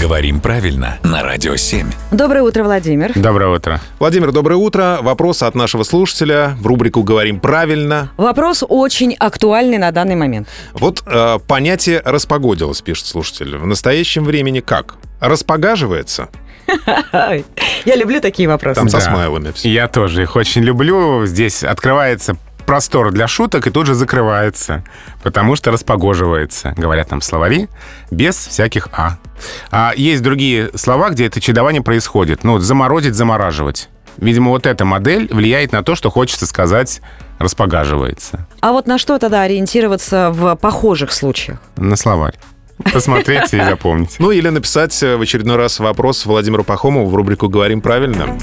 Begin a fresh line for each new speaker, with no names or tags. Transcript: Говорим правильно на Радио 7.
Доброе утро, Владимир.
Доброе утро.
Владимир, доброе утро. Вопрос от нашего слушателя в рубрику «Говорим правильно».
Вопрос очень актуальный на данный момент.
Вот э, понятие «распогодилось», пишет слушатель. В настоящем времени как? Распогаживается?
Я люблю такие вопросы.
Там со
Да.
смайлами все.
Я тоже их очень люблю. Здесь открывается простор для шуток и тут же закрывается, потому что распогоживается, говорят нам словари, без всяких «а». А есть другие слова, где это чередование происходит. Ну, вот заморозить, замораживать. Видимо, вот эта модель влияет на то, что хочется сказать «распогаживается».
А вот на что тогда ориентироваться в похожих случаях?
На словарь. Посмотрите и запомните.
Ну или написать э, в очередной раз вопрос Владимиру Пахомову в рубрику «Говорим правильно».